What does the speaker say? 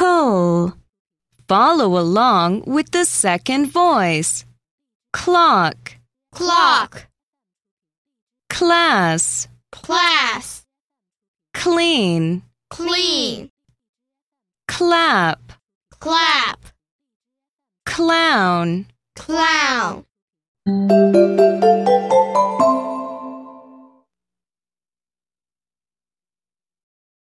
roll. Follow along with the second voice. Clock, clock, class, class, clean, clean, clap, clap, clown. clown.